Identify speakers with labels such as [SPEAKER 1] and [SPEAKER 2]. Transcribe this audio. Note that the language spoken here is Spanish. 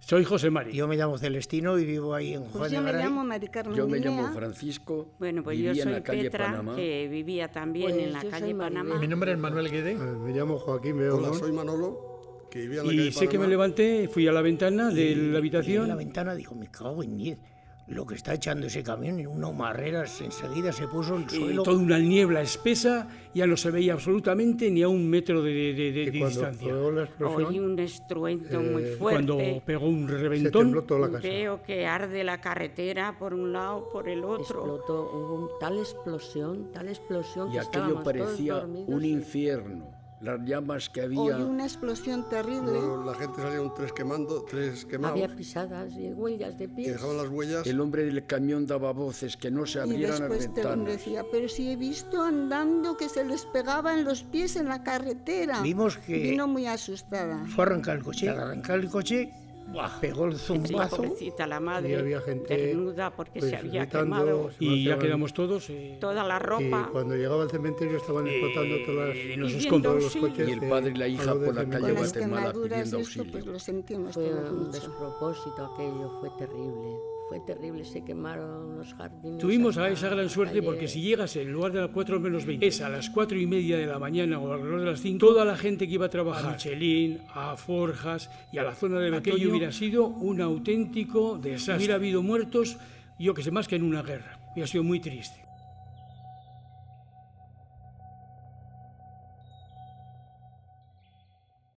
[SPEAKER 1] Soy José María.
[SPEAKER 2] Yo me llamo Celestino y vivo ahí en Juan
[SPEAKER 3] Pues
[SPEAKER 2] de
[SPEAKER 3] yo me
[SPEAKER 2] Garay.
[SPEAKER 3] llamo Mari Carmen
[SPEAKER 4] Yo me
[SPEAKER 3] Guinea.
[SPEAKER 4] llamo Francisco,
[SPEAKER 5] Bueno, pues
[SPEAKER 4] vivía
[SPEAKER 5] yo
[SPEAKER 4] en
[SPEAKER 5] soy
[SPEAKER 4] la calle
[SPEAKER 5] Petra,
[SPEAKER 4] Panamá.
[SPEAKER 5] que vivía también
[SPEAKER 3] Pues
[SPEAKER 5] en la
[SPEAKER 3] yo soy
[SPEAKER 5] calle
[SPEAKER 3] Maribel.
[SPEAKER 5] Panamá.
[SPEAKER 6] Mi nombre es Manuel Guede.
[SPEAKER 7] Me llamo Joaquín
[SPEAKER 8] Hola,
[SPEAKER 7] Beogón.
[SPEAKER 8] soy Manolo, que vivía en la calle
[SPEAKER 1] Y sé que me
[SPEAKER 8] Panamá.
[SPEAKER 1] levanté, fui a la ventana de la
[SPEAKER 2] Y en la
[SPEAKER 1] habitación.
[SPEAKER 2] ventana dijo, me cago en 10. Lo que está echando ese camión en unas marreras enseguida se puso el
[SPEAKER 1] eh,
[SPEAKER 2] suelo.
[SPEAKER 1] toda una niebla espesa, ya no se veía absolutamente ni a un metro de, de- de- de
[SPEAKER 7] Y cuando
[SPEAKER 1] distancia.
[SPEAKER 7] pegó la
[SPEAKER 5] Oí
[SPEAKER 7] explosión,
[SPEAKER 5] un estruendo muy
[SPEAKER 4] Eh,
[SPEAKER 5] fuerte.
[SPEAKER 1] Cuando pegó un
[SPEAKER 7] se tembló
[SPEAKER 1] reventón,
[SPEAKER 7] toda la casa.
[SPEAKER 5] Veo que arde la carretera por un lado, por el otro.
[SPEAKER 3] Explotó, hubo un- tal explosión, tal explosión
[SPEAKER 4] Y
[SPEAKER 3] que
[SPEAKER 4] aquello
[SPEAKER 3] estábamos
[SPEAKER 4] parecía
[SPEAKER 3] todos dormidos.
[SPEAKER 4] un infierno. Las llamas que
[SPEAKER 3] Oí
[SPEAKER 4] había.
[SPEAKER 3] una explosión terrible.
[SPEAKER 8] Cuando la gente salieron tres quemando, tres quemados,
[SPEAKER 3] Había pisadas y huellas de
[SPEAKER 8] que
[SPEAKER 3] pies.
[SPEAKER 8] dejaban las huellas.
[SPEAKER 4] El hombre del camión daba voces que no se
[SPEAKER 3] Y
[SPEAKER 4] abrieran las
[SPEAKER 3] después te lo
[SPEAKER 4] ventanas.
[SPEAKER 3] decía, pero si he visto andando que se les pegaban los pies en la carretera.
[SPEAKER 2] Vimos que
[SPEAKER 3] Vino muy asustada.
[SPEAKER 2] fue a arrancar el coche. Al arrancar el coche, ¡buah! pegó el
[SPEAKER 5] Sí,
[SPEAKER 2] zumbazo.
[SPEAKER 5] pobrecita la madre,
[SPEAKER 7] Y había gente,
[SPEAKER 5] desnuda porque
[SPEAKER 7] pues,
[SPEAKER 5] se había
[SPEAKER 7] gritando,
[SPEAKER 5] quemado
[SPEAKER 7] se
[SPEAKER 1] y ya
[SPEAKER 7] marchaban.
[SPEAKER 1] quedamos todos eh,
[SPEAKER 5] toda la
[SPEAKER 7] Y
[SPEAKER 5] ropa.
[SPEAKER 7] cuando llegaba al cementerio estaban explotando todas
[SPEAKER 1] eh, en
[SPEAKER 7] las...
[SPEAKER 1] los
[SPEAKER 5] Viviendo
[SPEAKER 1] escombros.
[SPEAKER 7] los
[SPEAKER 5] auxilio.
[SPEAKER 7] coches.
[SPEAKER 4] Y el padre y la hija
[SPEAKER 7] Algo de
[SPEAKER 4] por la calle
[SPEAKER 7] cementerio.
[SPEAKER 3] Con las
[SPEAKER 4] Guatemala
[SPEAKER 3] quemaduras
[SPEAKER 4] pidiendo
[SPEAKER 3] y esto, pues
[SPEAKER 4] auxilio.
[SPEAKER 3] lo sentimos
[SPEAKER 5] Fue
[SPEAKER 3] todos
[SPEAKER 5] un
[SPEAKER 3] mucho.
[SPEAKER 5] Mucho.
[SPEAKER 3] despropósito aquello, fue terrible. Fue terrible, se quemaron los jardines.
[SPEAKER 1] Tuvimos a esa gran suerte porque si llegas en lugar de las 4 menos 20, es a las 4 y media de la mañana o alrededor de las 5, toda la gente que iba a trabajar a Michelin, a Forjas y a la zona de Betoño, aquello hubiera sido un auténtico desastre. Hubiera habido muertos, yo que sé, más que en una guerra. Hubiera sido muy triste.